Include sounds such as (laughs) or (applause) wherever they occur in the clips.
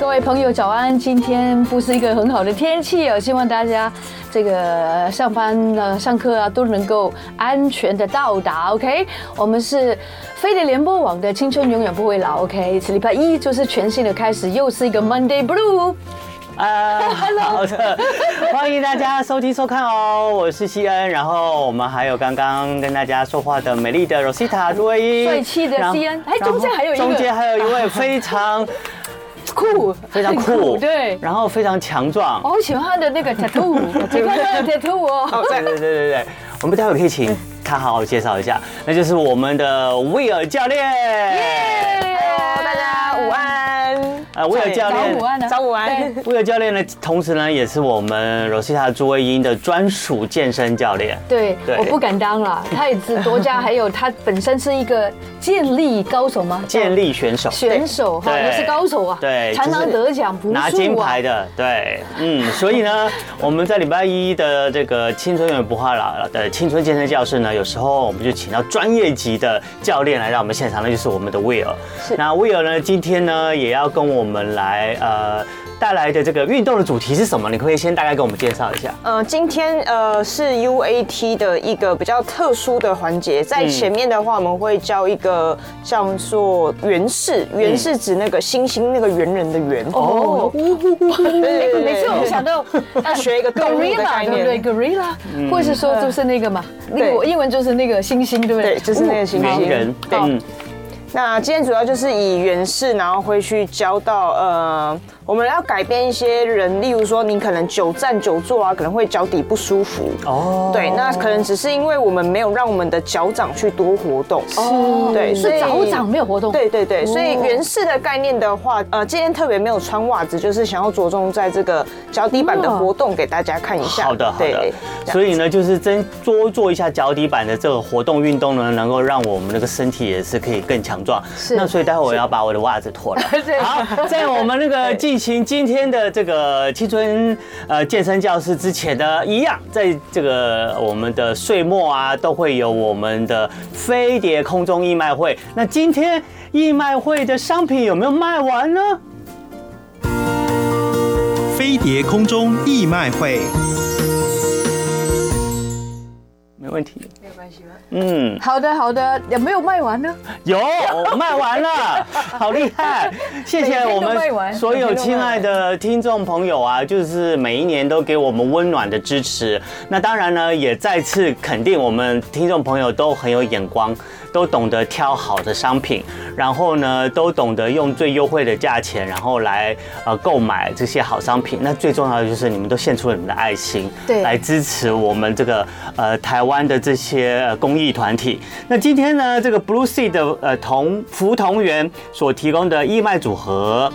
各位朋友早安！今天不是一个很好的天气哦，希望大家这个上班啊、上课啊都能够安全的到达。OK，我们是飞碟联播网的青春永远不会老。OK，此礼拜一就是全新的开始，又是一个 Monday Blue。呃，好的，欢迎大家收听收看哦，我是西恩，然后我们还有刚刚跟大家说话的美丽的 Rosita 杜威，帅气的然后西恩哎中间还有一个然后中间还有一位非常 (laughs) 酷，非常很酷，对。然后非常强壮，我好喜欢他的那个 tattoo，你 (laughs) 看他的 tattoo 哦，对对对对对，我们待会可以请他好好介绍一下，那就是我们的威尔教练， Hello，大家午，安，呃，威尔教早练午。安啊，早午安对。威尔教练呢，同时呢，也是我们 Rosita 朱威英的专属健身教练。对，对我不敢当了，太子多加，还有他本身是一个健力高手吗？健力选手，选手哈，对也是高手啊，对常常得奖不拿金数啊 (laughs) 牌。的，对，嗯，所以呢，我们在礼拜一的这个青春永远不化老的青春健身教室呢，有时候我们就请到专业级的教练来到我们现场，那就是我们的 Will。是那 Will 呢，今天呢也要跟我们来呃带来的这个运动的主题是什么？你可不可以先大概给我们介绍一下。呃，今天呃是 UAT 的一个比较特殊的环节，在前面的话我们会教一个叫做圆式，圆式指那个星星那个圆人的圆。哦，呜呼呼呼对对每次我们想到 (laughs) 要学一个动物的 gorilla，概念对不对？gorilla，或是说就是那个嘛，那个对英文就是那个星星，对不对？对就是那个星星名人，好嗯，那今天主要就是以原式，然后会去教到呃，我们要改变一些人，例如说你可能久站久坐啊，可能会脚底不舒服。哦，对，那可能只是因为我们没有让我们的脚掌去多活动。哦对所是以早长没有活动。对对对，所以原式的概念的话，呃，今天特别没有穿袜子，就是想要着重在这个脚底板的活动给大家看一下。好的，好的对。。所以呢，就是真多做一下脚底板的这个活动运动呢，能够让我们那个身体也是可以更强壮。是那所以待会我要把我的袜子脱了。 (laughs) 对好，在我们那个进行今天的这个青春呃健身教室之前呢，一样，在这个我们的岁末啊，都会有我们的飞碟空中义卖会。那今天义卖会的商品有没有卖完呢？飞碟空中义卖会，没问题，没有关系吗？嗯。好的好的，有没有卖完呢？有，我卖完了，好厉害！谢谢我每天都卖完们所有亲爱的听众朋友啊，就是每一年都给我们温暖的支持。那当然呢，也再次肯定我们听众朋友都很有眼光，都懂得挑好的商品，然后呢，都懂得用最优惠的价钱，然后来呃购买这些好商品。那最重要的就是你们都献出了你们的爱心，对来支持我们这个呃台湾的这些呃公益团体。那今天呢，这个 Blue Sea 的呃同福同源所提供的义卖组合，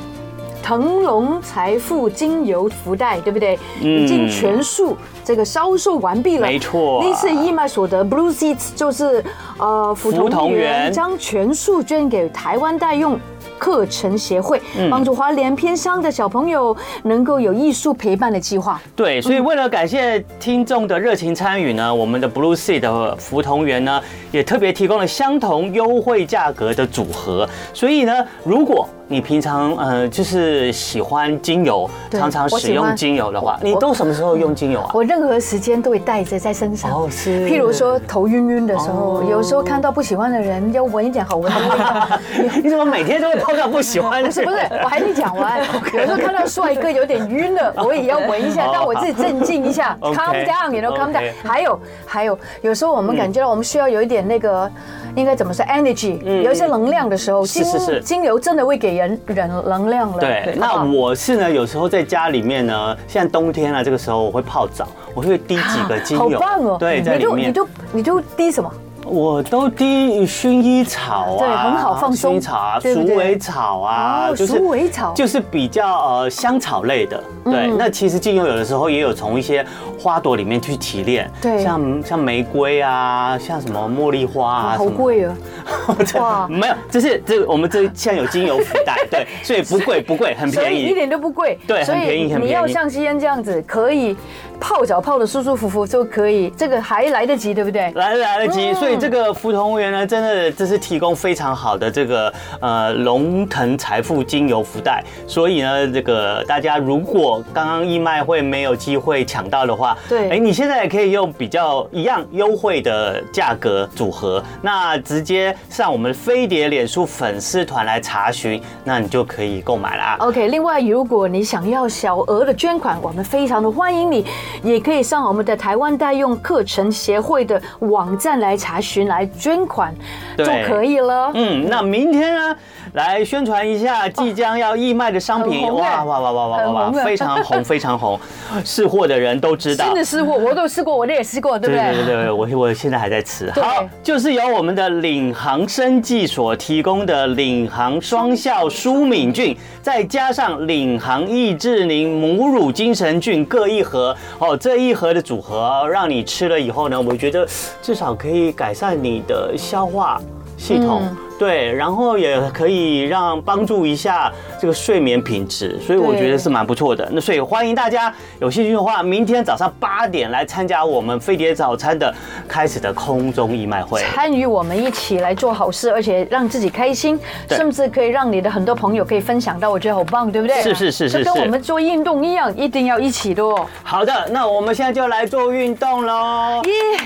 腾龙财富精油福袋，对不对？已经全数这个销售完毕了。嗯没错那次义卖所得 Blue Seeds 就是呃福福同同源源将全数捐给台湾代用。课程协会嗯帮助华联偏乡的小朋友能够有艺术陪伴的计划，对，所以为了感谢听众的热情参与呢，我们的 Blue Sea 的福同源呢，也特别提供了相同优惠价格的组合。所以呢，如果你平常呃就是喜欢精油，对常常我喜使用欢精油的话，你都什么时候用精油啊？我任何时间都会带着在身上。哦是譬如说头晕晕的时候，哦有时候看到不喜欢的人，要闻一点好闻的味 (laughs) 道。 (laughs) 你怎么每天都会碰到不喜欢的？不是不 (laughs) 是， (laughs) 我还没讲完。有时候看到帅哥有点晕了，我也要闻一下，哦让我自己镇静一下 (laughs) OK ，calm down，you know calm down OK。还有还有，有时候我们感觉到我们需要有一点那个，应该怎么说 energy，有一些能量的时候，精嗯是是精油真的会给人人能量了。对，好不那好我是呢，有时候在家里面呢，现在冬天啊，这个时候我会泡澡，我会滴几个精好油，棒哦！对，在你里就你面，就你就滴什么？我都滴薰衣草啊，对很好放松薰衣草啊，对不鼠对尾草啊哦，鼠尾草嗯就是比较呃香草类的。对，那其实精油有的时候也有从一些花朵里面去提炼，对像像玫瑰啊，像什么茉莉花啊，好什么的 (laughs) 贵哦！啊哇哇，没有，这是这我们这现在有精油福袋，对，所以不贵不贵，很所便以一宜。点都不贵，对所很便宜以很便宜你要像西恩这样子，可以泡脚泡的舒舒服服就可以，这个还来得及，对不对？来来得及，所以这个福同源呢，真的这是提供非常好的这个呃龙腾财富精油福袋，所以呢，这个大家如果刚刚义卖会没有机会抢到的话，对哎，你现在也可以用比较一样优惠的价格组合，那直接上我们飞碟脸书粉丝团来查询，那你就可以购买了啊。 OK，另外，如果你想要小额的捐款，我们非常的欢迎你，也可以上我们的台湾代用课程协会的网站来查询来捐款就对可以了。嗯，那明天呢，来宣传一下即将要义卖的商品，很红哎哇哇哇哇哇很哇红哇，哎非常红，非常红，试货的人都知道真。的试过，我都试过，我的也试过，对不对对对对？对，我我现在还在吃。对好，就是由我们的领航生技所提供的领航双效舒敏菌，再加上领航益智宁母乳精神菌各一盒哦，这一盒的组合让你吃了以后呢，我觉得至少可以改善你的消化系统。嗯对，然后也可以让帮助一下这个睡眠品质，所以我觉得是蛮不错的。那所以欢迎大家有兴趣的话，明天早上八点来参加我们飞碟早餐的开始的空中义卖会。参与我们一起来做好事，而且让自己开心，对甚至可以让你的很多朋友可以分享到，我觉得好棒，对不对？是是是是就跟是我们做运动一样，一定要一起的哦。好的，那我们现在就来做运动喽。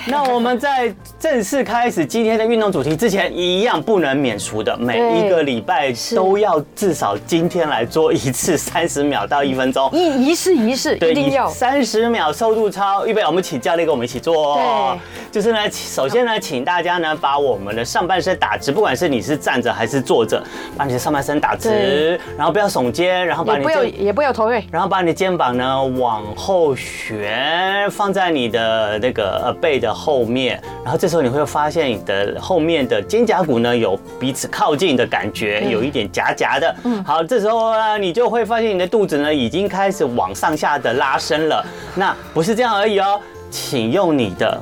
那我们在正式开始今天的运动主题之前，一样不能免俗的，每一个礼拜都要至少今天来做一次三十秒到一分钟。一一试一试，一定要。三十秒瘦肚操，预备，我们请教练跟我们一起做哦。就是呢，首先呢，请大家呢把我们的上半身打直，不管是你是站着还是坐着，把你的上半身打直对，然后不要耸肩，然后把也你不要肩，也不要投喂，然后把你的肩膀呢往后旋，放在你的那个呃背的后面，然后这时候你会发现你的后面的肩胛骨呢有彼此靠近的感觉，嗯有一点夹夹的。好，这时候呢你就会发现你的肚子呢已经开始往上下的拉伸了。那不是这样而已哦，请用你的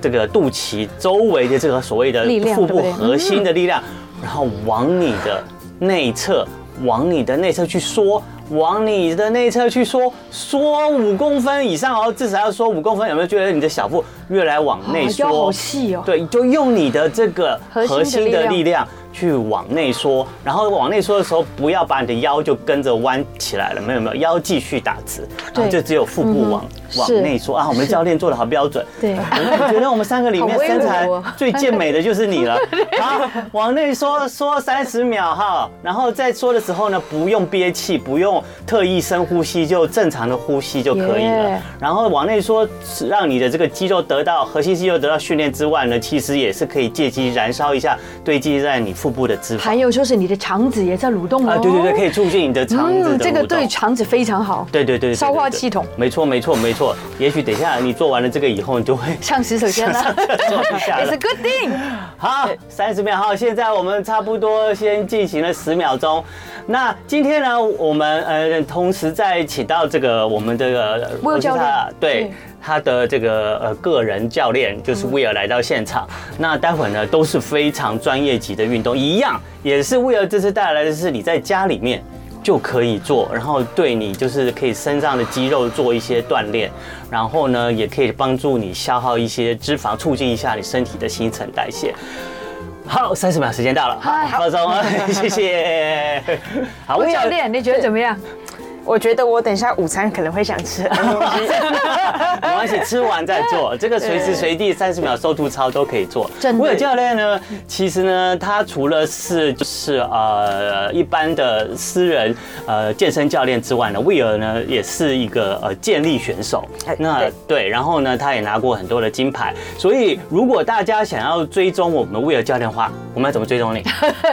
这个肚脐周围的这个所谓的力量腹对不部对核心的力量，然后往你的内侧，往你的内侧去缩，往你的内侧去缩，缩五公分以上哦，至少要缩五公分。有没有觉得你的小腹越来往内啊腰好缩？细哦。对，就用你的这个核心的核心力的量力量去往内缩，然后往内缩的时候，不要把你的腰就跟着弯起来了，没有没有，腰继续打直，然后对嗯就只有腹部往哼是往内缩啊。我们的教练做的好标准，对我 (laughs) 觉得我们三个里面好温身柔材哦最健美的就 (laughs) 是你了。好，往内缩缩三十秒哈，然后在缩的时候呢，不用憋气，不用特意深呼吸，就正常的呼吸就可以了耶。然后往内缩，让你的这个肌肉得到核心肌肉得到训练之外呢，其实也是可以借机燃烧一下堆积在你腹部的脂肪还有就是你的肠子也在蠕动哦。啊，对对对，可以促进你的肠嗯，子的蠕动。这个对肠子非常好。对对对对对，消化对系统没错没错没错。也许等一下你做完了这个以后，你就会上洗手 (laughs) 间了上厕所一下了，It's a good thing。好，三十秒好，现在我们差不多先进行了十秒钟。那今天呢，我们呃，同时再请到这个我们这个威尔教练罗西塔对嗯。他的这个呃个人教练就是威尔来到现场，那待会儿呢都是非常专业级的运动，一样也是威尔这次带来的是你在家里面就可以做，然后对你就是可以身上的肌肉做一些锻炼，然后呢也可以帮助你消耗一些脂肪，促进一下你身体的新陈代谢。好，三十秒时间到了，好，放松啊，谢谢。好，吴威教尔练，你觉得怎么样？我觉得我等一下午餐可能会想吃很多东西 (laughs) 没关系，吃完再做，这个随时随地三十秒收肚操都可以做。真的威尔教练呢，其实呢，他除了是就是呃一般的私人呃健身教练之外呢，威尔呢也是一个呃健力选手哎。那对对，然后呢，他也拿过很多的金牌。所以如果大家想要追踪我们威尔教练的话，我们要怎么追踪你？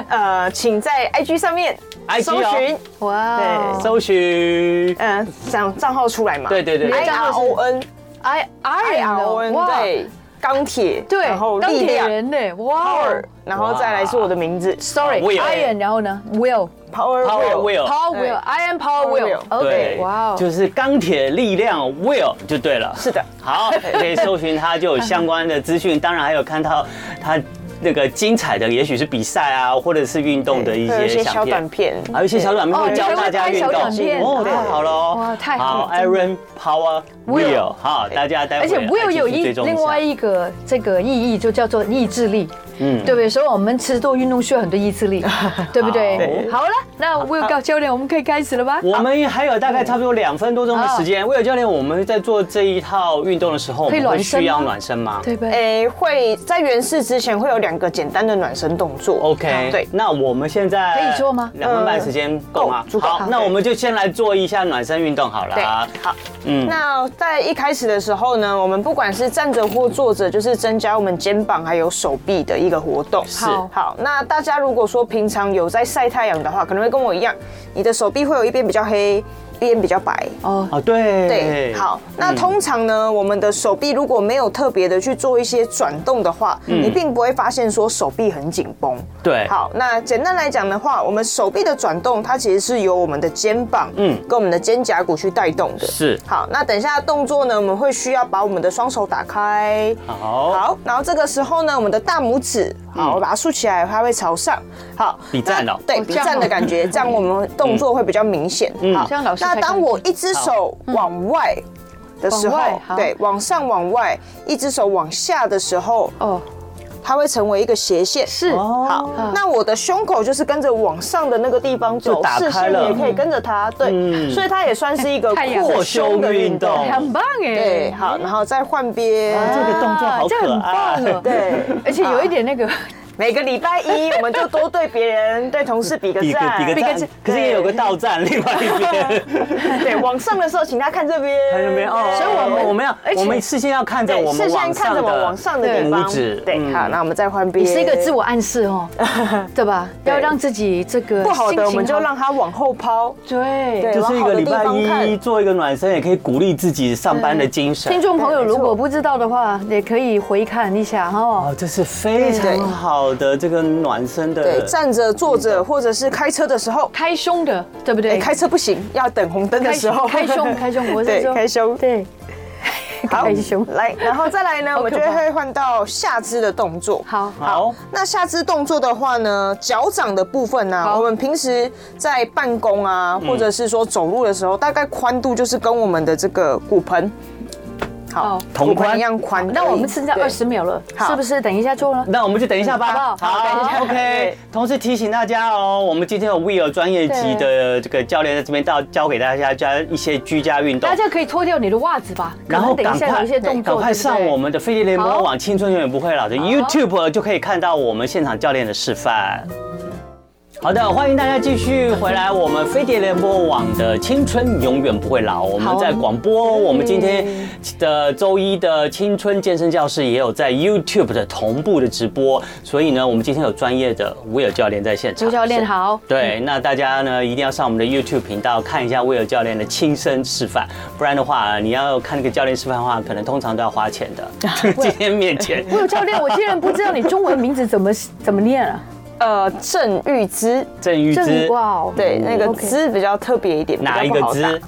呃，请在 IG 上面 IG 搜寻哦，哇哦搜寻。嗯、账账号出来嘛。对对对你的，I 账号 R 是 O N ，I I I 哦 R O N 对，钢铁，对，然后钢力铁量人呢？哇哦 power，然后再来是我的名字，Will ，Sorry，Iron，然后呢？Will。 power Power will Will Power 对 will, I am power will. Power OK，对，哇哦，就是钢铁力量 Will 就对了。是的好，可以搜寻他就有相关的资讯，当然还有看到他。 (laughs) 那个精彩的，也许是比赛啊，或者是运动的一会有一些些小小短片。片，还有一些小短片会对教大家哦你还会拍运动小短片哦，太好了哦！哇太好好了真，Iron Power Will Will，好，大家待会而且 Will 来继续有一追踪一下另外一个这个意义，就叫做意志力，嗯，对不对？所以我们其实做运动需要很多意 (laughs) 志力，对不对？好了，那 Will 告教练，我们可以开始了吧？我们还有大概差不多两分多钟的时间。威尔教练，我们在做这一套运动的时候，我嗯可以们会暖身需要吗暖身吗？对吧？诶，会在原式之前会有两个简单的暖身动作。 OK，对，那我们现在可以做吗两分半时间够吗够？哦足够好好，那对我们就先来做一下暖身运动好对，了好。，嗯嗯，那在一开始的时候呢，我们不管是站着或坐着，就是增加我们肩膀还有手臂的一个活动。是好好，那大家如果说平常有在晒太阳的话，可能会跟我一样，你的手臂会有一边比较黑，一边比较白。哦，哦，对对，好，嗯那通常呢，我们的手臂如果没有特别的去做一些转动的话，你并不会发现说手臂很紧绷。嗯对好，那简单来讲的话，我们手臂的转动，它其实是由我们的肩膀，嗯嗯，跟我们的肩胛骨去带动的。是好，那等一下的动作呢，我们会需要把我们的双手打开。好好，然后这个时候呢，我们的大拇指，好，我把它竖起来，它会朝上。好，比赞哦那对，哦比这样赞的感觉，这样我们动作会比较明显。好这样老师才那当我一只手往外的时往外候好，对，往上往外，一只手往下的时候，哦，它会成为一个斜线。是，哦好嗯那我的胸口就是跟着往上的那个地方就走打，视开线了也可以跟着它，对，所以它也算是一个 (laughs) 太阳扩胸的扩胸运运动动。很棒哎，对，好，然后再换边。这个动作好这可很棒爱哦，，对， (laughs) 而且有一点那个，每个礼拜一我们就多对别人、对同事比个比个赞，比个赞赞，可是也有个倒赞，另外一边。对，往上的时候请他看这边，看这边哦，对所以我们我们要而，且我们视线要看着对，我们视往线看上着我往的。上的地拇方指，对，嗯好，那我们再换 (laughs) 边，也是一个自我暗示哦， (laughs) 对吧？对要让自己这个不好心情的，我们就让它往后抛，对对就是一个礼拜往好的地方一看做一个暖身，也可以鼓励自己上班的精听神。众朋友，对没如错果不知道的话，也可以回看一下哈。哦，这是非常对好的这个暖身对，的。站着、坐着或者是开车的时候，开胸的，对不哎，对？开车不行，要等红灯的时候，开开 (laughs) 胸，开胸，我是对，说，开胸，对，好开胸。 (laughs) 来，然后再来呢，好我可们就怕会换到下肢的动作。好好，那下肢动作的话呢，脚掌的部分呢、好我们平时在办公啊，或者是说走路的时候，大概宽度就是跟我们的这个骨盆，好哦，同骨盆宽一样宽而已。那我们剩下对二十秒了，好是不是？等一下做呢？那我们就等一下吧。嗯好不好好 (laughs) 等一下 o k 对同时提醒大家哦，我们今天有 Will 专业级的这个教练在这边到教给大家教一些居家运动大。家可以脱掉你的袜子吧，然后可能等赶一下快有一些动赶作，快上我们们的飞碟联好盟网“青春永远不会老”的 YouTube 就可以看到我们现场教练的示范。好的，欢迎大家继续回来我们飞碟联播网的《青春永远不会老》。我们在广播，我们今天的周一的青春健身教室也有在 YouTube 的同步的直播，所以呢，我们今天有专业的威尔教练在现场。周教练好，对，那大家呢一定要上我们的 YouTube 频道看一下威尔教练的亲身示范，不然的话，你要看那个教练示范的话，可能通常都要花钱的。 (laughs) 今天面前，我有教练，我竟然不知道你中文名字怎么怎么念啊？呃正欲姿，郑玉之这，哇哦，对，那个 OK 姿比较特别一点，哪一比个较不好打之？？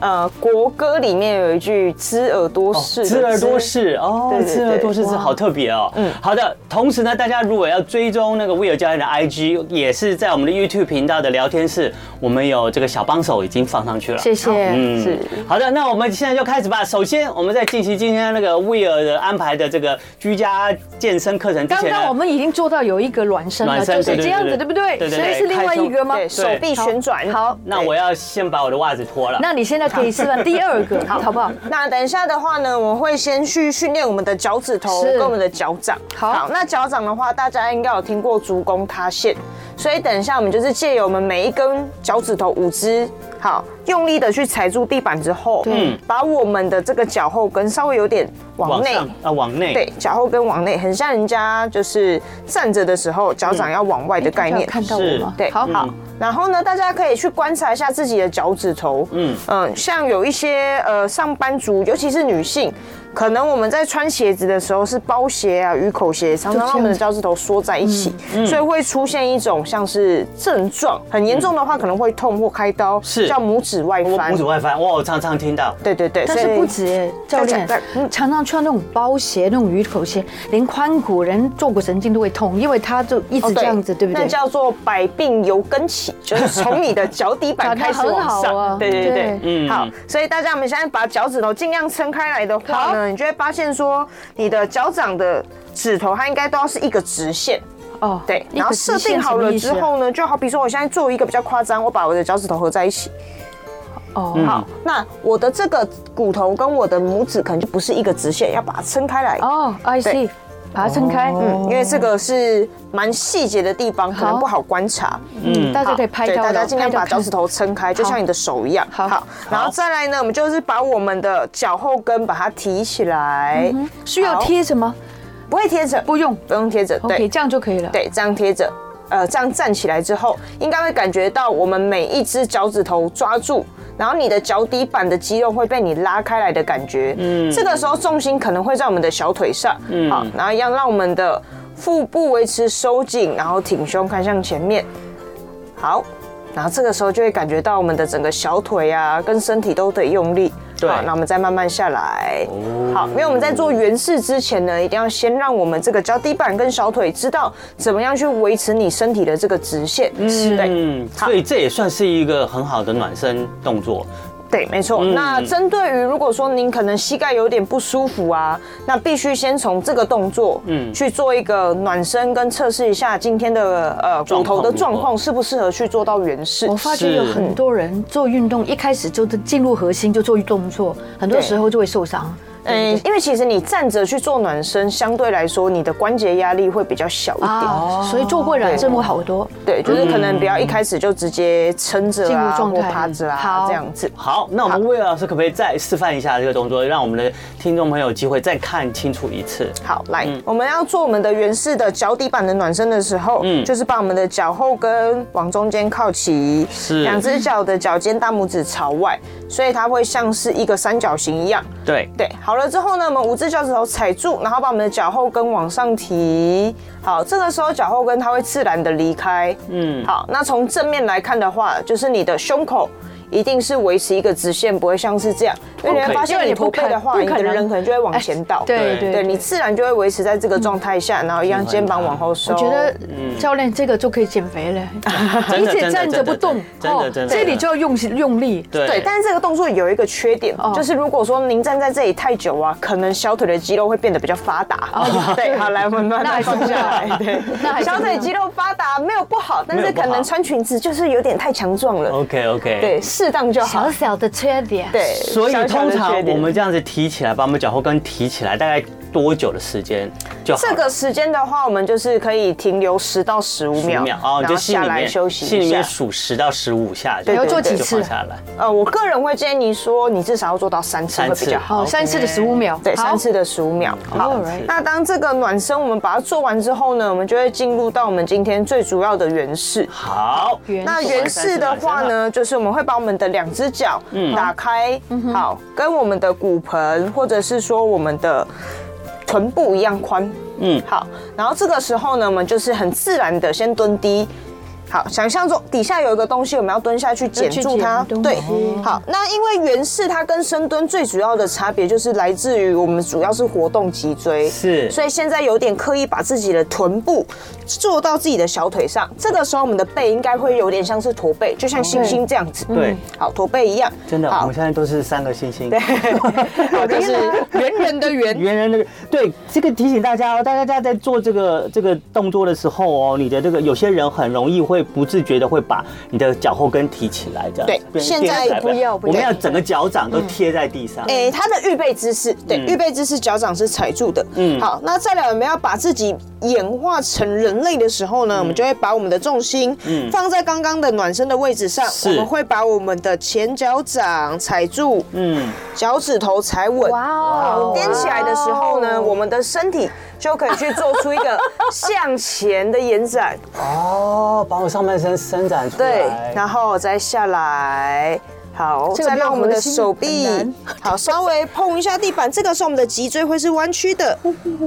呃，国歌里面有一句“知耳朵是”，知而哦多。士哦对，对对知而多士是哇好特别哦。嗯，好的。同时呢，大家如果要追踪那个威尔教练的 IG，也是在我们的 YouTube 频道的聊天室，我们有这个小帮手已经放上去了。谢谢，嗯，是好的，那我们现在就开始吧。首先，我们在进行今天那个威尔的安排的这个居家健身课程之刚前呢，刚我们已经做到有一个暖身了，暖身就是对对这样子，对对不对？对对对所以是另外一个吗？对，手臂旋转。好，那我要先把我的袜子脱了。那你现在可以示范第二个，好不好？那等一下的话呢，我会先去训练我们的脚趾头是跟我们的脚掌。好那脚掌的话，大家应该有听过足弓塌陷，所以等一下我们就是借由我们每一根脚趾头五只，好用力的去踩住地板之后，嗯，把我们的这个脚后跟稍微有点往内。上啊，往内。对，脚后跟往内，很像人家就是站着的时候，脚嗯掌要往外的概有念。看到我吗？对，嗯好好好。然后呢，大家可以去观察一下自己的脚趾头，嗯嗯，像有一些呃上班族，尤其是女性，可能我们在穿鞋子的时候是包鞋啊、鱼口鞋，常常让我们的脚趾头缩在一起，所以会出现一种像是症状，很严重的话可能会痛或开刀，是叫拇指外我翻拇指。外翻，哇，哦我常常听到。对对对，但所是以不止耶教练在嗯常常穿那种包鞋、那种鱼口鞋，连髋骨、人坐骨神经都会痛，因为他就一哦直这样子，对不对那？叫做百病由根起，就是从你的脚底 (laughs) 板讲得开始往很好啊上。对对对对，嗯好。所以大家我们现在把脚趾头尽量撑开来的话好呢，你就会发现说，你的脚掌的指头它应该都要是一个直线。哦，对，一然后个设直线定好了什之么意思啊，后呢，就好比说我现在做一个比较夸张，我把我的脚趾头合在一起，嗯哦，好，那我的这个骨头跟我的拇指可能就不是一个直线，要把它撑开来。哦，I 对 see，把它撑开，哦嗯，因为这个是蛮细节的地方，可能好不好观察。嗯，大家可以好拍对到的，大家尽量拍到把看脚趾头撑开，就像你的手一样。好然后再来呢，我们就是把我们的脚后跟把它提起来，需要好，贴什么？不会贴着，嗯不用不用贴着， ，OK，对这样就可以了。对，这样贴着。呃，这样站起来之后，应该会感觉到我们每一只脚趾头抓住，然后你的脚底板的肌肉会被你拉开来的感觉。嗯，这个时候重心可能会在我们的小腿上。嗯，好，然后一样让我们的腹部维持收紧，然后挺胸看向前面。好，然后这个时候就会感觉到我们的整个小腿啊，跟身体都得用力。对好那我们再慢慢下来。好，因为我们在做圆式之前呢，一定要先让我们这个脚底板跟小腿知道怎么样去维持你身体的这个直线。嗯，对。嗯，所以这也算是一个很好的暖身动作。对，没错。那针对于如果说您可能膝盖有点不舒服啊，那必须先从这个动作，嗯，去做一个暖身跟测试一下今天的呃骨头的状状况况适不适合去做到圆式。我发觉有很多人做运动，一开始就是进入核心就做动作，很多对时候就会受伤。嗯，因为其实你站着去做暖身，相对来说你的关节压力会比较小一点。啊，哦所以做过染症会好多。对，就是可能不要一开始就直接撑着嗯进入啊，状或态趴着啊好这样子。好，那我们魏老师可不可以再示范一下这个动作，让我们的听众朋友有机会再看清楚一次？好，来，嗯我们要做我们的原式的脚底板的暖身的时候，嗯就是把我们的脚后跟往中间靠齐，是两只脚的脚尖大拇指朝外，所以它会像是一个三角形一样。对，对，好了之后呢，我们五只脚趾头踩住，然后把我们的脚后跟往上提。好，这个时候脚后跟它会自然的离开。嗯，好，那从正面来看的话，就是你的胸口。一定是维持一个直线，不会像是这样，因为你会发现你驼背的话，不你可能哎的人可能就会往前倒。对对对对你自然就会维持在这个状态下，然后一样肩膀往后收。我觉得教练这个就可以减肥了，嗯 (laughs) 真一的直站着不动，真的哦真的这里就要用用力。对哦对，但是这个动作有一个缺点，就是如果说您站在这里太久啊，可能小腿的肌肉会变得比较发达。哦对，好，来，(laughs) 我们慢那还慢是放不下来。好对那还，是小不腿好肌肉发达没有不好，但没是有不可好能穿裙子就是有点太强壮了。 ，OK OK。对，适当就好小。小的缺点，对，，所以小小的通常缺点我们这样子提起来，把我们脚后跟提起来，大概多久的时间就好了？这个时间的话，我们就是可以停留十到十五秒五秒，哦，你然就后心下里来面休息心里一下面。数十到十五下，对要做几次就放下来。呃，我个人会建议说，你至少要做到三次三会次比较好。好，三次的十五秒，对，好三次的十五秒。好 Alright，那当这个暖身我们把它做完之后呢，我们就会进入到我们今天最主要的原式。好，原那原式的话呢，嗯就是我们会把我们的两只脚打开，嗯好，跟我们的骨盆或者是说我们的臀部一样宽，嗯嗯，好。然后这个时候呢，我们就是很自然的先蹲低。好，想象中底下有一个东西，我们要蹲下去捡去住它捡东。对西，好，那因为原式它跟深蹲最主要的差别就是来自于我们主要是活动脊椎，是所以现在有点刻意把自己的臀部坐到自己的小腿上，这个时候我们的背应该会有点像是驼背，就像星星这样子。对，好，驼背一样。真的，我好们，现在都是三个星 (laughs) 星。好就是圆圆的圆。圆人那个，对这个提醒大家哦，大家大家在做这个这个动作的时候哦，你的这个有些人很容易会不自觉的会把你的脚后跟提起来，这样子对变现变在起来不要嗯不我们要要整个脚掌都贴在地上。 (laughs) 诶，它的预备姿势，对，嗯预备姿势脚掌是踩住的。嗯，好，那再来，我们要把自己演化成人类的时嗯候呢，我们就会把我们的重心放在刚刚的暖身的位置上，是我们会把我们的前脚掌踩住，嗯，脚趾头踩稳。哇哦，颠起来的时候呢，我们的身体就可以去做出一个向前的延 (laughs) 展，哦，把我上半身伸展出对来，。然后再下来。好，这个再让我没们有的核心手臂很难好稍微碰一下地板，这个时候我们的脊椎会是弯曲的。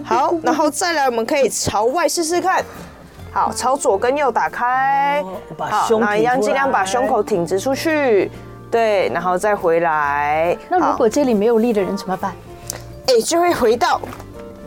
好，然后再来我们可以朝外试试看。好，朝左跟右打开哦，把好，胸那一挺样出尽量把来胸口挺直出去，对，然后再回来。那好如果这里没有力的人怎么办哎、就会回到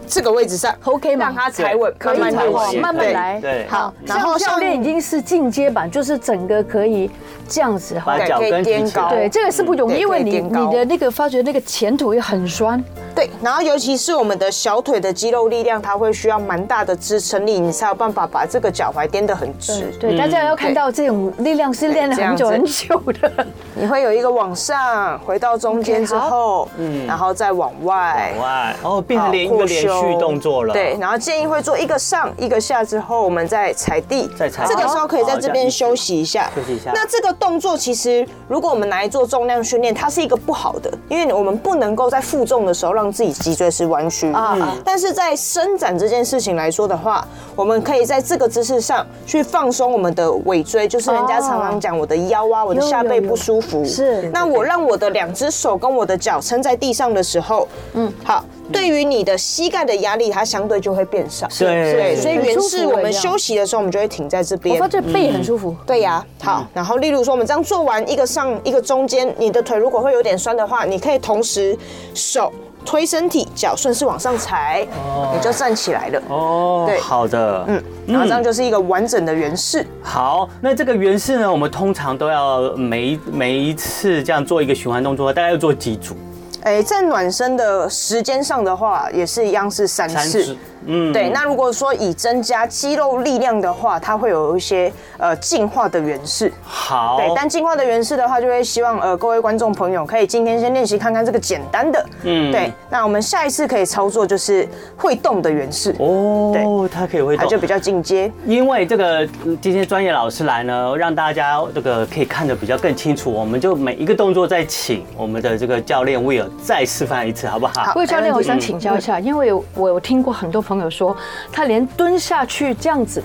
这个位置上， ？OK 吗？让它踩稳，可以慢慢踩地稳行慢慢对来对，好，然然后后教像练已经是进阶版，就是整个可以这样子哈把。脚跟提起来。对，这个是不容易，嗯对因为你可以颠高你的那个发觉那个前腿很酸，对，然后尤其是我们的小腿的肌肉力量，它会需要蛮大的支撑力，你才有办法把这个脚踝颠得很直。对，大家要看对到这种力量是练了这样很久子很久的。你会有一个往上，回到中间之后，嗯，然后再往外。哇，哦，变成连一好个扩连续胸动作了。对，，然后建议会做一个上一个下之后，我们再踩地，再踩地哦这个时候可以在这边休息一下，休息一下那这个动作其实，如果我们拿来做重量训练，它是一个不好的，因为我们不能够在负重的时候让自己脊椎是弯曲啊。但是在伸展这件事情来说的话，我们可以在这个姿势上去放松我们的尾椎，就是人哦家常常讲我的腰啊，我的有下背有有不舒服。是那我让我的两只手跟我的脚撑在地上的时候，嗯，好，对于你的膝盖的压力，它相对就会变少。对对，是所以很原舒是服我了们这样休息的时候，我们就会停在这我边。发觉背嗯很舒服，对呀、好，然后例如说我们这样做完一个上一个中间，你的腿如果会有点酸的话，你可以同时手推身体，脚顺势往上踩，你就站起来了。哦对，好的，嗯，然后这样就是一个完整的圆式。好，那这个圆式呢，我们通常都要每一每一次这样做一个循环动作，大概要做几组？哎，在暖身的时间上的话，也是一样是三次。，嗯，对，那如果说以增加肌肉力量的话，它会有一些呃进化的原式。好，对，但进化的原式的话，就会希望呃各位观众朋友可以今天先练习看看这个简单的，嗯嗯，对。那我们下一次可以操作就是会动的原式，哦对，它可以会它动就，比较进阶。因为这个嗯今天专业老师来呢，让大家这个可以看得比较更清楚，我们就每一个动作再请我们的这个教练 Will 再示范一次，好不好？好魏教练，我没问题嗯想请教一下，因为我有听过很多朋友说，他连蹲下去这样子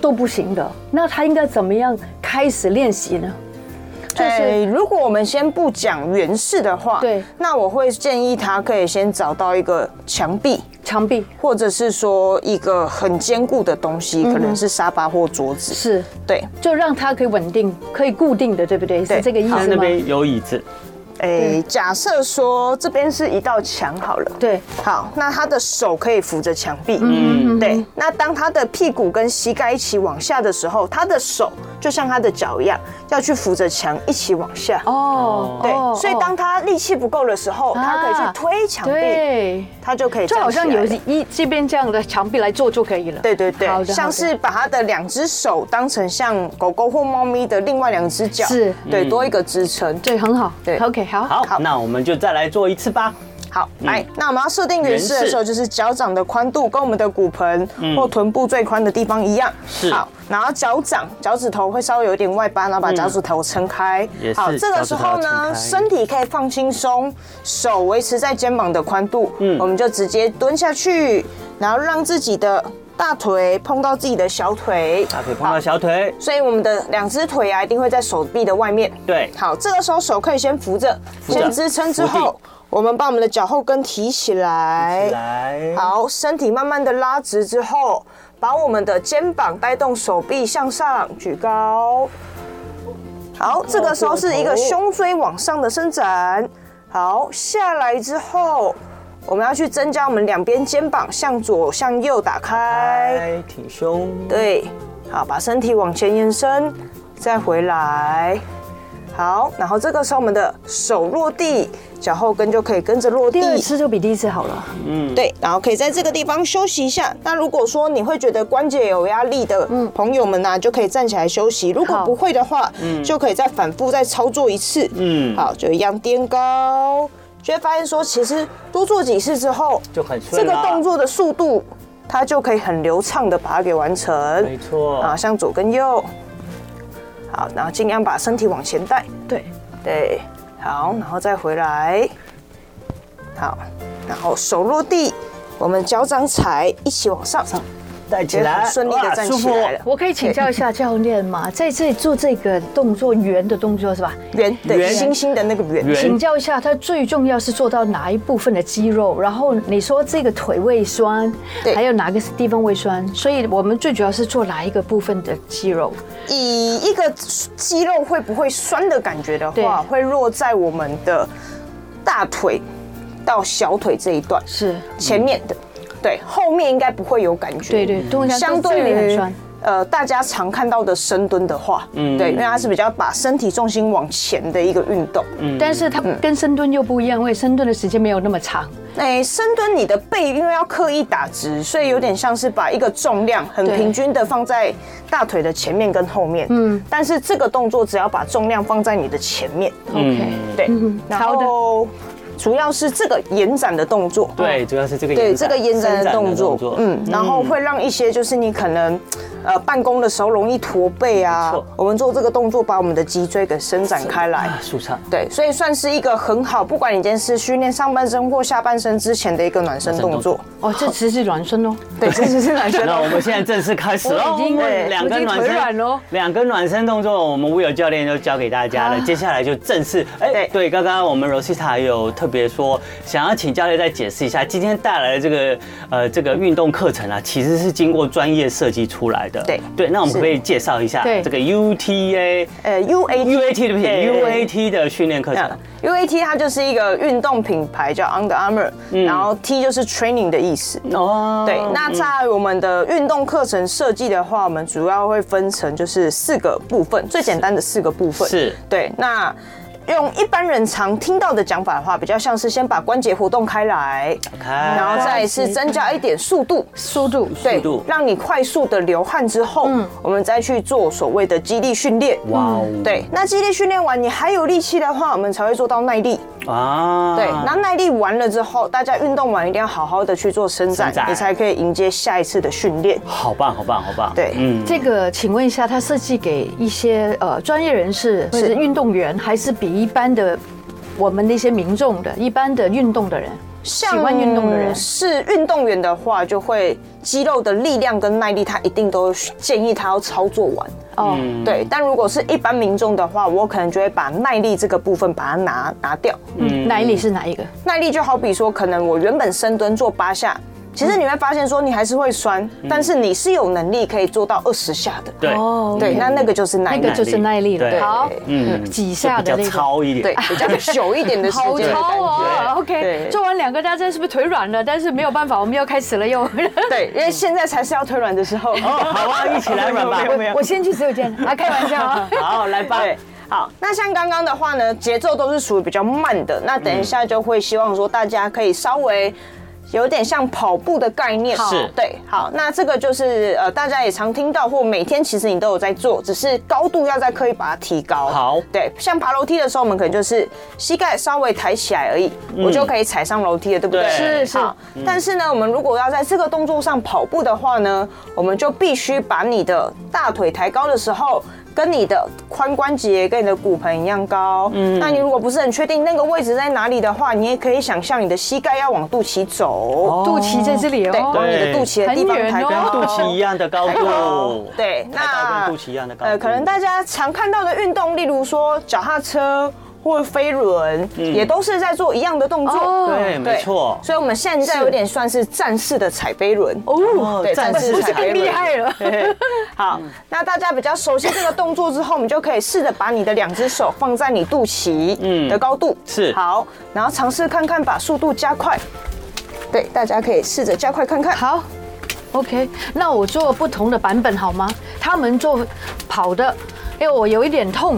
都不行的，那他应该怎么样开始练习呢？就是哎如果我们先不讲原式的话，对那我会建议他可以先找到一个墙壁。墙壁或者是说一个很坚固的东嗯西，可能是沙发或桌子，是对，就让它可以稳定、可以固定的，对不对？对是这个意在思那吗？边有椅子，哎，假设说这边是一道墙好了，对，好，那他的手可以扶着墙壁，嗯，对。那当他的屁股跟膝盖一起往下的时候，他的手就像他的脚一样，要去扶着墙一起往下。哦，对，哦所以当他力气不够的时候，他可以去推墙壁，对，他就可以就好像站起来有了一这边这样的墙壁来做就可以了。对对对好的好，的像是把他的两只手当成像狗狗或猫咪的另外两只脚，是对，多一个支撑。对，很好。对，OK，好。好，好那我们就再来做一次吧。好，嗯来，那我们要设定原式原式的时候，就是脚掌的宽度跟我们的骨盆或臀部最宽的地方一样。嗯是好，然后脚掌脚趾头会稍微有一点外八，然后把脚趾头撑开也。是好，这个时候脚趾头要撑开呢，身体可以放轻松，手维持在肩膀的宽度。嗯，我们就直接蹲下去，然后让自己的大腿碰到自己的小腿。大腿碰到小腿，所以我们的两只腿啊，一定会在手臂的外面。对好，这个时候手可以先扶着，扶着先支撑之扶后地，我们把我们的脚后跟提起来。来，好，身体慢慢的拉直之后，把我们的肩膀带动手臂向上举高。好，这个时候是一个胸椎往上的伸展。好，下来之后，我们要去增加我们两边肩膀向左向右打开。来，挺胸，对，好，把身体往前延伸，再回来。好，然后这个时候我们的手落地，脚后跟就可以跟着落地嗯第。二次就比第一次好了。对，然后可以在这个地方休息一下。那如果说你会觉得关节有压力的朋友们呢、就可以站起来休息；如嗯果好嗯不会的话，就可以再反复再操作一次。嗯嗯，好，就一样颠高，就会发现说，其实多做几次之后，就很顺这个啦动作的速度，它就可以很流畅的把它给完成。没错啊，向左跟右，好，然后尽量把身体往前带，对，对，好，然后再回来，好，然后手落地，我们脚掌踩一起往上，带起来，也很顺利地哇站舒服哦起来了我可以请教一下教练 (laughs) 吗？在这里做这个动作圆的动作是吧？圆对圆星星的那个圆，圆请教一下，它最重要是做到哪一部分的肌肉？然后你说这个腿胃酸，对还有哪个是地方胃酸？所以我们最主要是做哪一个部分的肌肉？以一个肌肉会不会酸的感觉的对话，会落在我们的大腿到小腿这一段是，前面的，对，后面应该不会有感觉。对对，通常嗯相这对里很于酸。呃大家常看到的深蹲的话，嗯，对，因为它是比较把身体重心往前的一个运动。嗯，但是它跟深蹲又不一样，因为深蹲的时间没有那么长。哎，深蹲你的背因为要刻意打直，所以有点像是把一个重量很对平均的放在大腿的前面跟后面。嗯，但是这个动作只要把重量放在你的前面， OK，对，然好嗯的后主要是这个延展的动作。对，主要是这个啊对延展这个延展的动作，嗯，然后会让一些就是你可能，呃，办公的时候容易驼背啊没错，我们做这个动作把我们的脊椎给伸展开来啊，舒畅。对，所以算是一个很好，不管你今天是训练上半身或下半身之前的一个暖身动作，哦，这只是暖身哦。对，这就是暖 (laughs) 身那我动们作。现在正式开始喽我已经！哎对两我个已经暖腿软身咯，两个暖身动作，我们 Will 教练就教给大家了。接下来就正式，哎对，对，刚刚我们 Rosita 有特别说，想要请教练再解释一下，今天带来的这个呃这个运动课程啊，其实是经过专业设计出来的。对对，那我们可是不可以介绍一下对这个 UTA 呃 UAT，UAT 对不起对对，UAT 的训练课程。 UAT 它就是一个运动品牌叫 Under Armour，、然后 T 就是 training 的意思。哦，嗯对，那在我们的运动课程设计的话，我们主要会分成就是四个部分，最简单的四个部分是对。那用一般人常听到的讲法的话，比较像是先把关节活动开来，开然后再是增加一点速度，速度对速度，嗯让你快速的流汗之后，我们再去做所谓的肌力训练。哇哦，对，那肌力训练完，你还有力气的话，我们才会做到耐力。啊，对，那耐力完了之后，大家运动完一定要好好的去做伸展伸，展你才可以迎接下一次的训练。好棒，好棒，好棒。对嗯，这个，请问一下，它设计给一些呃专业人士或者是运动员，还是比一般的我们那些民众的一般的运动的人？像喜欢运动的人是运动员的话，就会肌肉的力量跟耐力，他一定都建议他要操作完。哦，对，但如果是一般民众的话，我可能就会把耐力这个部分把它拿拿掉。嗯，哪里是哪一个？耐力就好比说，可能我原本深蹲做八下，嗯其实你会发现说你还是会酸，但是你是有能力可以做到二十下的。对，哦对，那那个就是耐那力。个就是耐力对了。好，嗯几下的就那比较个。糙一点， (laughs) 对，比较久一点的时好间的感超哦觉。 ，OK，对做完两个大家是不是腿软了？但是没有办法，我们要开始了又。对，因为现在才是要推软的时候。哦，好啊，一起来软吧。我我先去洗手间啊，开玩笑 (laughs) 啊。好，来吧。 (laughs) 对，好，那像刚刚的话呢，节奏都是属于比较慢的。那等一下就会希望说大家可以稍微。有点像跑步的概念，好是对，好，那这个就是呃，大家也常听到，或每天其实你都有在做，只是高度要再刻意把它提高。好对，像爬楼梯的时候，我们可能就是膝盖稍微抬起来而已，我就可以踩上楼梯了，对不对？对是是好但是呢，我们如果要在这个动作上跑步的话呢，我们就必须把你的大腿抬高的时候。跟你的髋关节跟你的骨盆一样高，嗯，那你如果不是很确定那个位置在哪里的话，你也可以想象你的膝盖要往肚脐走，肚脐在这里哦对，往哦，你的肚脐的地方很远抬哦高，跟肚脐一样的高度， (laughs) 对，抬那到跟肚脐一样的高度。呃，可能大家常看到的运动，例如说脚踏车或飞轮，也都是在做一样的动嗯哦作。对没错所以我们现在有点算是战士的踩飞轮。哦，对，战士不是踩飞更轮厉害了？对好，那大家比较熟悉这个动作之后，我们就可以试着把你的两只手放在你肚脐的高度，嗯是好，然后尝试看看把速度加快。对，大家可以试着加快看看。好，OK，那我做不同的版本好吗？他们做跑的，因为我有一点痛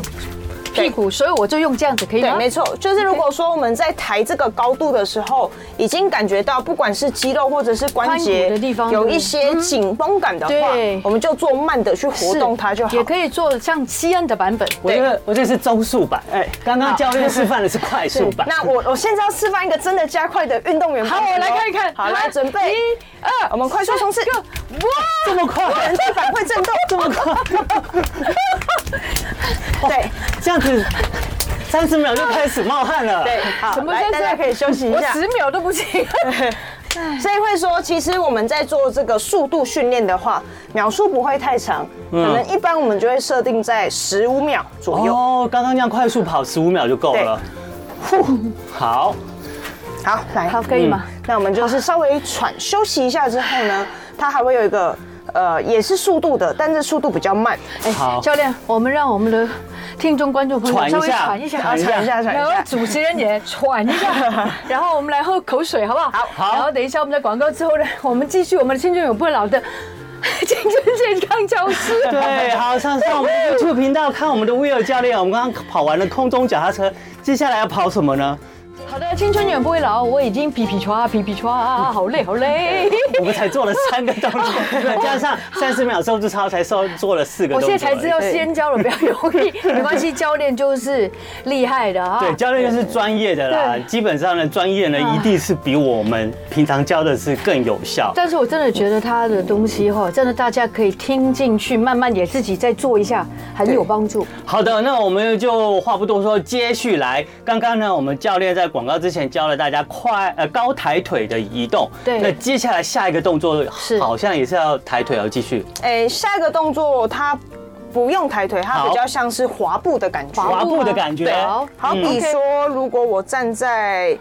屁股，所以我就用这样子可以对，吗？没错，就是如果说我们在抬这个高度的时候，已经感觉到不管是肌肉或者是关髋节骨的地方嗯有一些紧绷感的话对，我们就做慢的去活是动它就好。也可以做像西安的版本。我这个我这是中速版，哎，刚刚教练示范的是快速版。那我我现在要示范一个真的加快的运动员版好，本哦。我来看一看。好，来准一备，、二，我们快速冲刺三个哇！这么快，人地板会 (laughs) 震动，这么快？对这样子三十秒就开始冒汗了。对，好，什么来叫大家可以休息一我下。十秒都不行。所以会说，其实我们在做这个速度训练的话，秒数不会太长，可能一般我们就会设定在十五秒左右。哦，刚刚那样快速跑十五秒就够了。呼，好，好，(laughs) 来，好，可以吗？嗯那我们就是稍微喘休息一下之后呢，它还会有一个呃，也是速度的，但是速度比较慢。哎好教练，我们让我们的听众、观众朋友喘一下稍微喘一下，喘一下喘一下喘一下然后主持人也喘一 (laughs) 下，然后我们来喝口水，好不好？好好然后等一下我们在广告之后呢，我们继续我们的青春永不老的 (laughs) 青春健康教室。对，好，上上我们哎的 YouTube 频道看我们的 Will 教练，我们刚刚跑完了空中脚踏车，接下来要跑什么呢？好的，青春永不会老，我已经皮皮抓皮皮抓，嗯好累好 (laughs) 累。我们才做了三个 (laughs) 动作，对加上三十秒收住操，才收做了四个我动作。现在才知道对先教了比较容易，没关系，教练就是厉害的啊。对，教练就是专业的啦对，基本上呢，专业呢啊一定是比我们平常教的是更有效。但是我真的觉得他的东西哈，真的大家可以听进去，慢慢也自己再做一下，很有帮助。好的，那我们就话不多说，接续来。刚刚呢，我们教练在广告之前教了大家快呃高抬腿的移动，对那接下来下一个动作是好像也是要抬腿哦，继续哎，下一个动作它不用抬腿，它好比较像是滑步的感觉。滑滑步吗步的感觉啊对。好好比 OK 说，如果我站在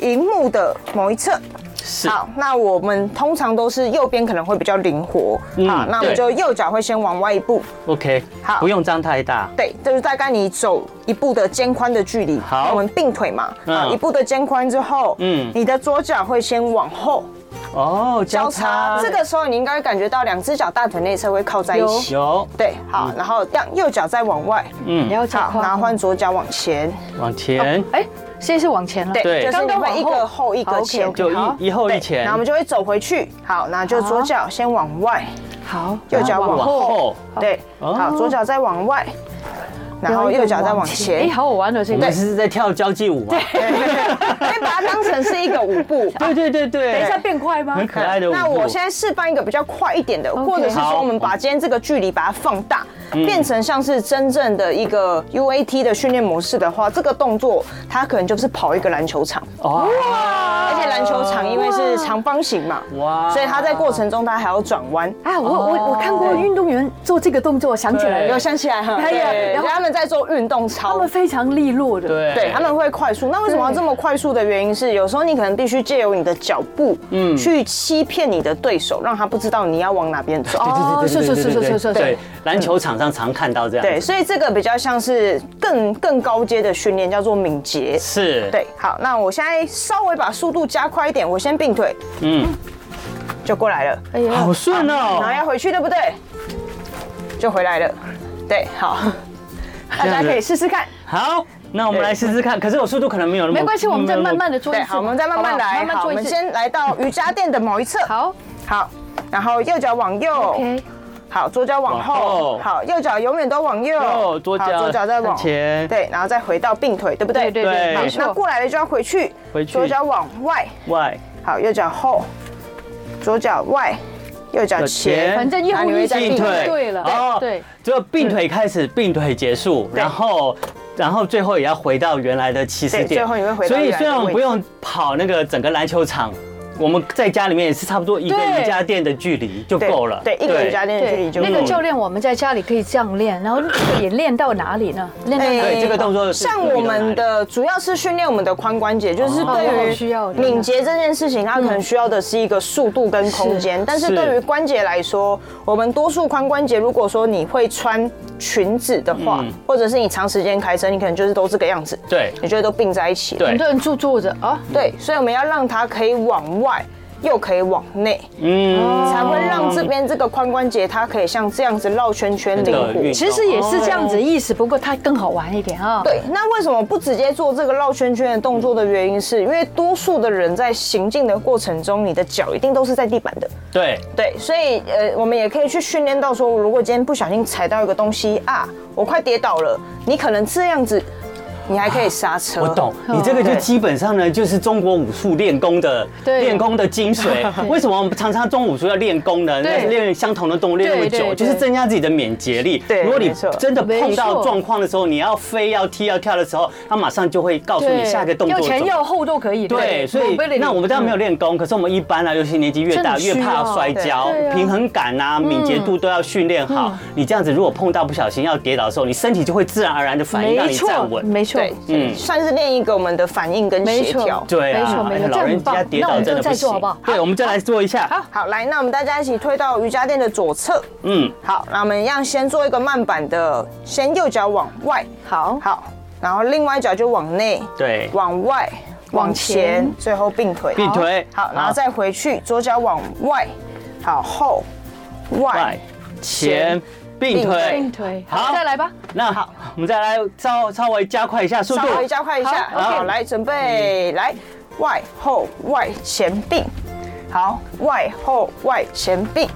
荧幕的某一侧，是好，那我们通常都是右边可能会比较灵活，嗯好，那我们对就右脚会先往外一步， ，OK，好不用张太大。对，就是大概你走一步的肩宽的距离，好那我们并腿嘛，嗯啊，一步的肩宽之后，嗯嗯，你的左脚会先往后哦，交交叉叉，这个时候你应该会感觉到两只脚大腿内侧会靠在一起，有，嗯对，好，然后让右脚再往外，你要讲好，然后话。换左脚往前，往前，哎，现在是往前了。对，对就是我刚刚往们一后个后一好个，OK，前，就好一一后对一前然后我，们就会走回去，好，那就左脚先往外，好，右脚往往后后，对，哦好，左脚再往外，然后右脚再往前哎，，好好玩哦，这我个们。是在跳交际舞嘛？ (laughs) 可以把它当成是一个舞 (laughs) 步。对对对对，等一下变快吗很？可爱的舞步。那我现在示范一个比较快一点的， OK 或者是好说我们把今天这个距离把它放大，嗯变成像是真正的一个 UAT 的训练模式的话，这个动作它可能就是跑一个篮球场，哇，而且篮球场因为是长方形嘛，哇所以它在过程中它还要转弯。啊，我我我看过运动员做这个动作，想起来对了有，想起来哈，哎呀对然后他们在做运动操，他们非常利落的。。对对，他们会快速。那为什么要这么快速的原因是，有时候你可能必须借由你的脚步，嗯，去欺骗你的对手，让他不知道你要往哪边走。哦，是是是是是嗯是对是。，篮球场上常看到这样子。对，所以这个比较像是更更高阶的训练，叫做敏捷。是，对，好，那我现在稍微把速度加快一点，我先并腿，嗯，就过来了，哎呀，好顺然后哦。要回去，对不对？就回来了。对，好，大这样家子可以试试看。好，那我们来试试看，可是我速度可能没有那么，没关系，我们再慢慢的。的做一对，次。好，我们再慢慢好不好来。慢慢好，做我一们次。先来到瑜伽垫的某一侧。好好，然后右脚往右，OK，好，左脚往后，往后好，右脚永远都往右，右左脚好左脚再往向前对，然后再回到并腿，对不对？对对对对，好没那错。过来了就要回去，回去左脚往外，喂，好，右脚后，左脚外，右脚右前，前反正一然后呼你一会再吸并并腿，腿，对了哦对，就并腿开始，并腿结束，嗯对然后。然后最后也要回到原来的起始点，对最后你会回到所以原来的虽然我们位置不用跑那个整个篮球场，我们在家里面也是差不多一个对瑜伽垫的距离就对够了。对，一个瑜伽垫的距对离，就那够个了教练我们在家里可以这样练，然后这个也练到哪里呢？练到哪哎里？对这个动作是像我们的主要是训练我们的髋关节，就是哦对需要于的嗯敏捷这件事情，它可能需要的是一个速度跟空间。但是是对于关节来说，我们多数髋关节，如果说你会穿裙子的话嗯，或者是你长时间开车，你可能就是都这个样子，对你就会都并在一起。对很多人坐坐着啊，对，所以我们要让它可以往外，又可以往内，嗯，才会哦让这边这个髋关节它可以像这样子绕圈圈灵真的活。运其实也是这样子的意思，不过它更好玩一点啊。对，那为什么不直接做这个绕圈圈的动作的原因是，因为多数的人在行进的过程中，你的脚一定都是在地板的。对，对，所以呃，我们也可以去训练到说，如果今天不小心踩到一个东西啊，我快跌倒了，你可能这样子你还可以刹车。啊我懂，哦你这个就基本上呢，就是中国武术练功的 (laughs) 对练功的精髓。为什么我们常常中武术要练功呢？对那练相同的动物练那么对对久，对就是增加自己的免劫力。对如果你没错真的碰没到错状况的时候，你要飞、要踢、要跳的时候，他马上就会告诉你下一个动作要前怎么要后都可以。对，所以那我们当然没有练功，可是我们一般啊，尤其年纪越大，嗯真的需要越怕摔跤对对，啊嗯平衡感啊、敏捷度都要训练好。你这样子，如果碰到不小心要跌倒的时候，你身体就会自然而然的反应，让没你错站，稳。没错。对，嗯，算是练一个我们的反应跟没协错调。对没啊错，没错，这老样人很家棒。跌那我倒们真就的再不做好行不好。？对，我们再来做一下。好好，来，那我们大家一起推到瑜伽垫的左侧。嗯，好，那我们一样先做一个慢板的，先右脚往外，好，好，然后另外一脚就往内，对往外，往往前前，最后并腿，并腿好，然后好再回去，左脚往外，好后，外外，前并并腿。腿，好再来吧。那好，我们再来稍稍微加快一下速度稍。微加快一下，好好， OK 来准备，来外后外前并，好，外后外前并，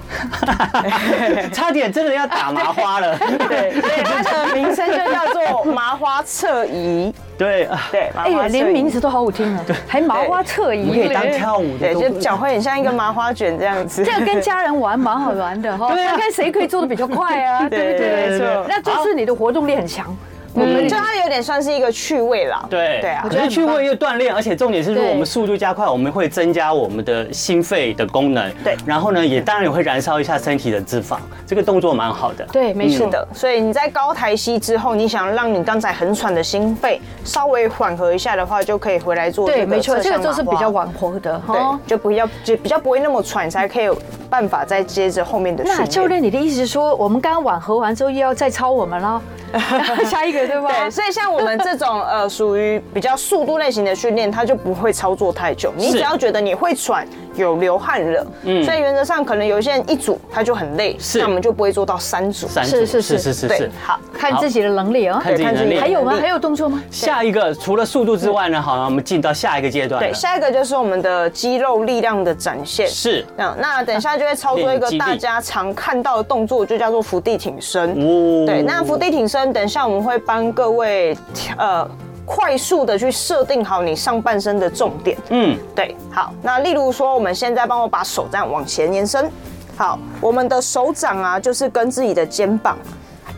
(laughs) 差点真的要打麻花 (laughs) 了。对，所以它的名称就叫做麻花侧移，对，啊对，麻哎呀，花侧连名移。字都好好听啊，还麻花侧我移们可以嘞当跳舞的对，动就作。脚会很像一个麻花卷这样 (laughs) 子。这个跟家人玩蛮好玩的 (laughs) 哈，对啊看看谁可以做的比较快 (laughs) 啊，对不对对？没错那就是你的活动力很强。我 (laughs) 嗯，们就它有点算是一个趣味啦。对对啊可，是趣味又锻炼，而且重点是，如果对我们速度加快，我们会增加我们的心肺的功能。对然后呢，也当然也会燃烧一下身体的脂肪，这个动作蛮好的。对，没是错。的。所以你在高抬膝之后，你想让你刚才很喘的心肺稍微缓和一下的话，就可以回来做。对，没错，这个就是比较。哦缓和的对哈，。就比较就比较不会那么喘，才可以有办法再接着后面的训那练。教练，你的意思是说，我们刚刚缓和完之后，又要再超我们了？ (laughs) 下一个对吧？对，所以像我们这种呃属于比较速度类型的训练，它就不会操作太久。你是只要觉得你会喘、有流汗了，嗯所以原则上可能有一些人一组他就很累，是那我们就不会做到三组。三是组是是是是是对是。好，看自己的能力啊。看自己对看自能己力。还有吗？能力还有动作吗？下一个除了速度之外呢，好，我们进到下一个阶段了。对，下一个就是我们的肌肉力量的展现。是那那等一下就会操作一练个肌力大家常看到的动作，就叫做伏地挺身。哦对，那伏地挺身，等一下我们会帮各位呃快速的去设定好你上半身的重点。嗯，对，好，那例如说，我们现在帮我把手这样往前延伸，好，我们的手掌啊，就是跟自己的肩膀，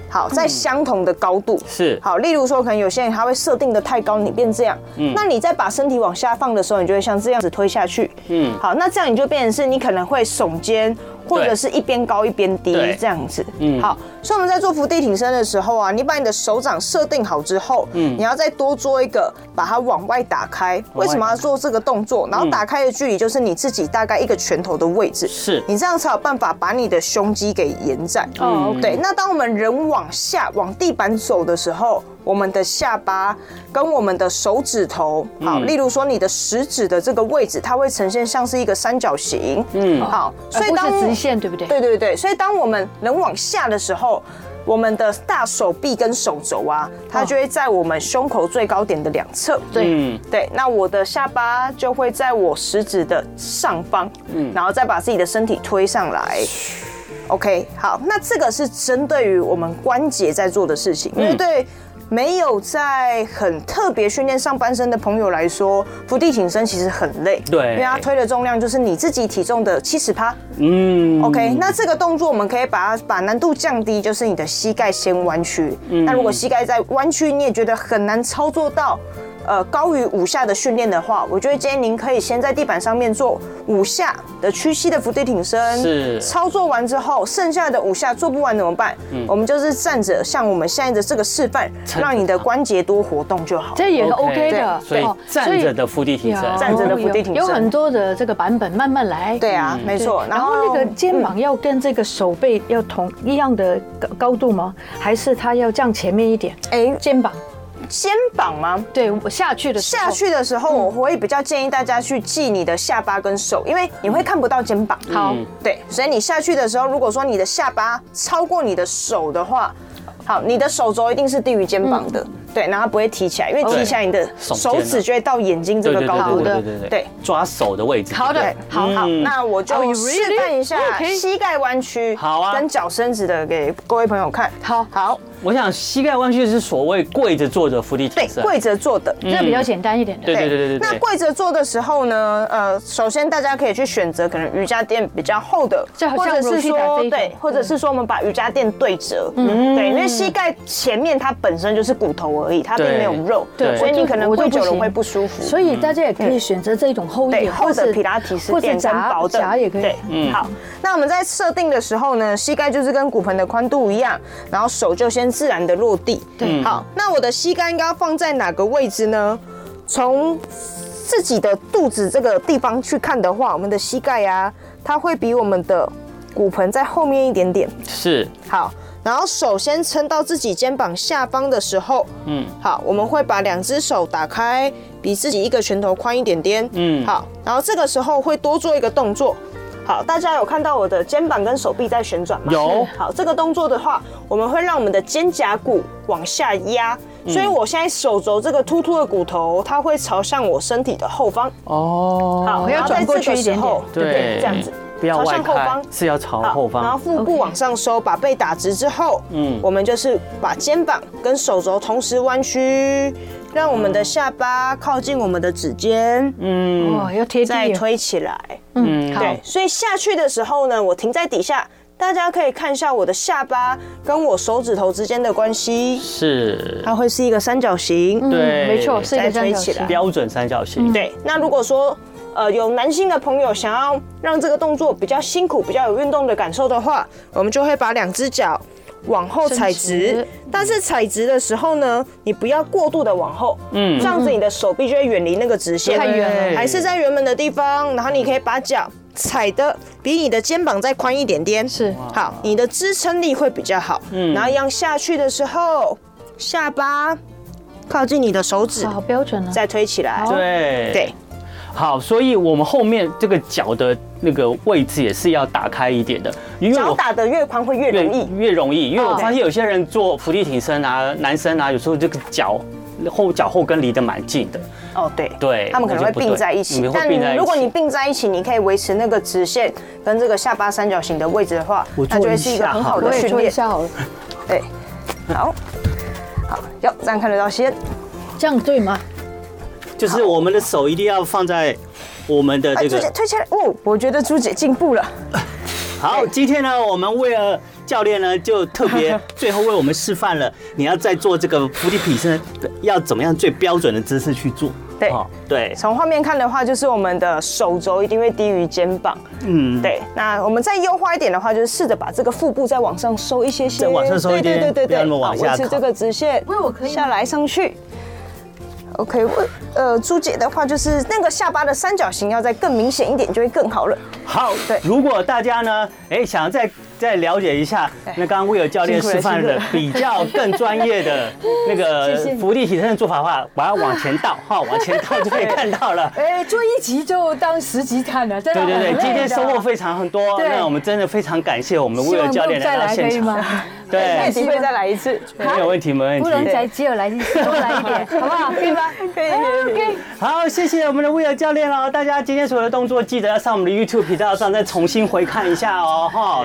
好，嗯在相同的高度，是好，例如说，可能有些人他会设定的太高，你变这样，那你再把身体往下放的时候，你就会像这样子推下去，嗯，好，那这样你就变成是你可能会耸肩。或者是一边高一边低对这样子，嗯，好，所以我们在做伏地挺身的时候啊，你把你的手掌设定好之后，嗯，你要再多做一个，把它往外打开。嗯为什么要做这个动作？然后打开的距离就是你自己大概一个拳头的位置，是你这样才有办法把你的胸肌给延展。哦，OK 对。那当我们人往下往地板走的时候，我们的下巴跟我们的手指头，好，例如说你的食指的这个位置，它会呈现像是一个三角形。嗯，好，而所以啊不当是直线，对不对？对对对，所以当我们人往下的时候，我们的大手臂跟手肘哦啊，它就会在我们胸口最高点的两侧。对，嗯，对，那我的下巴就会在我食指的上方，嗯然后再把自己的身体推上来。OK，好，那这个是针对于我们关节在做的事情，嗯因为对没有在很特别训练上半身的朋友来说，伏地挺身其实很累，对因为它推的重量就是你自己体重的七十趴，嗯 OK，那这个动作我们可以把它把难度降低，就是你的膝盖先弯曲。嗯那如果膝盖在弯曲，你也觉得很难操作到，呃，高于五下的训练的话，我就会建议您可以先在地板上面做五下的屈膝的伏地挺身。是操作完之后，剩下的五下做不完怎么办？我们就是站着，像我们现在的这个示范，嗯着让你的关节多活动就好。这也是 OK 的。对所以哦站着的伏地挺身有。站着的伏地挺身啊有很多的这个版本，慢慢来。对啊，没错。嗯然后那个嗯肩膀要跟这个手背要同一样的高高度吗？还是它要这样前面一点？哎肩膀，肩膀吗？对我下去的时候下去的时候，我会比较建议大家去记你的下巴跟手，因为你会看不到肩膀。好，嗯对，所以你下去的时候，如果说你的下巴超过你的手的话，好，你的手肘一定是低于肩膀的。嗯对，然后它不会提起来，因为提起来你的耸肩啊手指就会到眼睛这对个对高度的对对了。对对对对，抓手的位置。好的对，嗯好好。那我 Are you 就 really? 示范一下 Okay. 膝盖弯曲，好啊跟脚伸直的给各位朋友看。好好，我想膝盖弯曲是所谓跪着坐着伏地对挺，身。跪着坐的。这比较简单一点的嗯对。对对对那对对。跪着做的时候呢，呃，首先大家可以去选择可能瑜伽垫比较厚的这，好或像者是 Rosita 这一说种对，或者是说我们把瑜伽垫对折，嗯，对，因为膝盖前面它本身就是骨头而已，它并对没有肉，对所以你可能我就跪久我就了不行会不舒服。所以大家也可以选择这种厚一对，点，厚或的者皮拉提斯或者垫跟夹薄的夹也可以对。，嗯好。那我们在设定的时候呢，膝盖就是跟骨盆的宽度一样，然后手就先自然的落地。嗯对，好。那我的膝盖应该要放在哪个位置呢？从自己的肚子这个地方去看的话，我们的膝盖呀、它会比我们的骨盆在后面一点点。是，好，然后手先撑到自己肩膀下方的时候，嗯，好，我们会把两只手打开，比自己一个拳头宽一点点，嗯，好，然后这个时候会多做一个动作。好，大家有看到我的肩膀跟手臂在旋转吗？有好，这个动作的话，我们会让我们的肩胛骨往下压，嗯所以我现在手肘这个突突的骨头，它会朝向我身体的后方。哦，好，要然后转在过这去个一时点候，点对，这样子，不要朝外向后开方，。是要朝好后然后方。腹部往上收，把背打直之后，嗯，我们就是把肩膀跟手肘同时弯曲，让我们的下巴靠近我们的指尖，嗯哦，要贴再地，推起来。嗯，好，对，所以下去的时候呢，我停在底下，大家可以看一下我的下巴跟我手指头之间的关系，是，它会是一个三角形。对，嗯没错，是一个三角再推起形来。标准三角形。嗯对，那如果说呃有男性的朋友想要让这个动作比较辛苦、比较有运动的感受的话，我们就会把两只脚往后踩伸直直，但是踩直的时候呢，你不要过度的往后，嗯嗯，这样子你的手臂就会远离那个直线，太远了还是在原本的地方，然后你可以把脚。踩的比你的肩膀再宽一点点，是好，你的支撑力会比较好。嗯，然后一样下去的时候，下巴靠近你的手指，好标准啊！再推起来。对对，好，所以我们后面这个脚的那个位置也是要打开一点的，因为脚我打得越宽会越越容易。越容易，因为我哦发现有些人做伏地挺身啊，男生啊，有时候这个脚后脚后跟离得蛮近的，哦，对对他们可能那会就不对并在一起你。会但并在一起如果你并在一起，你可以维持那个直线跟这个下巴三角形的位置的话我，那做就一会是一个下很好好了我的也训做一练。下好了，对，好，好，哟，这样看得到先。这样对吗？就是我们的手一定要放在我们的哎，这朱姐个。推起来，哦，我觉得朱姐进步了。好，今天呢，我们为了教练呢，就特别最后为我们示范了，你要在做这个伏地挺身要怎么样最标准的姿势去做。对，哦，对，从画面看的话，就是我们的手肘一定会低于肩膀。嗯，对。那我们再优化一点的话，就是试着把这个腹部再往上收一些些，再往上收一点对对对对不要那么对，好往下维持靠这个直线，我可以吗下来上去。OK，我呃，朱姐的话就是那个下巴的三角形要再更明显一点，就会更好了。好，对如果大家呢，哎，想要再再了解一下，那刚刚威尔教练示范的比较更专 (laughs) 业的那个伏地挺身的做法的话，我要往前倒哈，往前倒就可以看到了。 (laughs) 哎，做一集就当十集看了，真的对很累对的。对，今天收获非常多，对那我们真的非常感谢我们希威尔望教能够练再来到来可现以场吗。？那有 (laughs) 对，机会再来一次，没有问题，没问不能题。再只有来一次，多来一点，好不 (laughs) 好？可以吗？可以可以可以。好，谢谢我们的威尔教练哦，大家今天所有的动作记得要上我们的 YouTube 频道上再重新回看一下哦， (laughs) 哈，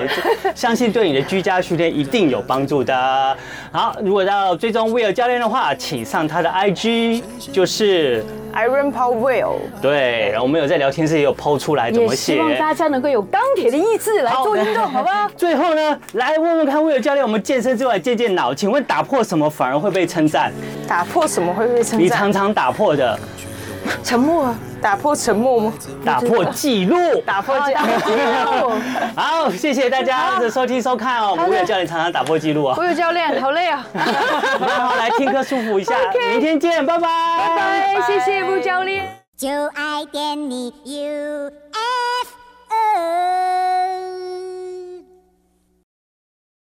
相信对你的居家训练一定有帮助的。好，如果要追踪威尔教练的话，请上他的 IG，就是 Iron Paul Will，对，然后我们有在聊天室也有抛出来怎也么写希。望大家能够有钢铁的意志来做运动，好不好？最后呢，来问问看威尔教练，我们健身之外健健脑，请问打破什么反而会被称赞？打破什么会被称你赞常？常打破的，沉默啊，打破沉默吗？打破记录，打破打这样。破记录。 (laughs) 好，谢谢大家的收听收看哦。我们好的为了教练常常打破记录 (laughs) (laughs) 哦。我有教练，好累 (laughs) 啊！然后来听歌舒服一下，明天见，拜拜拜，谢谢吴教练。就爱点你 U。F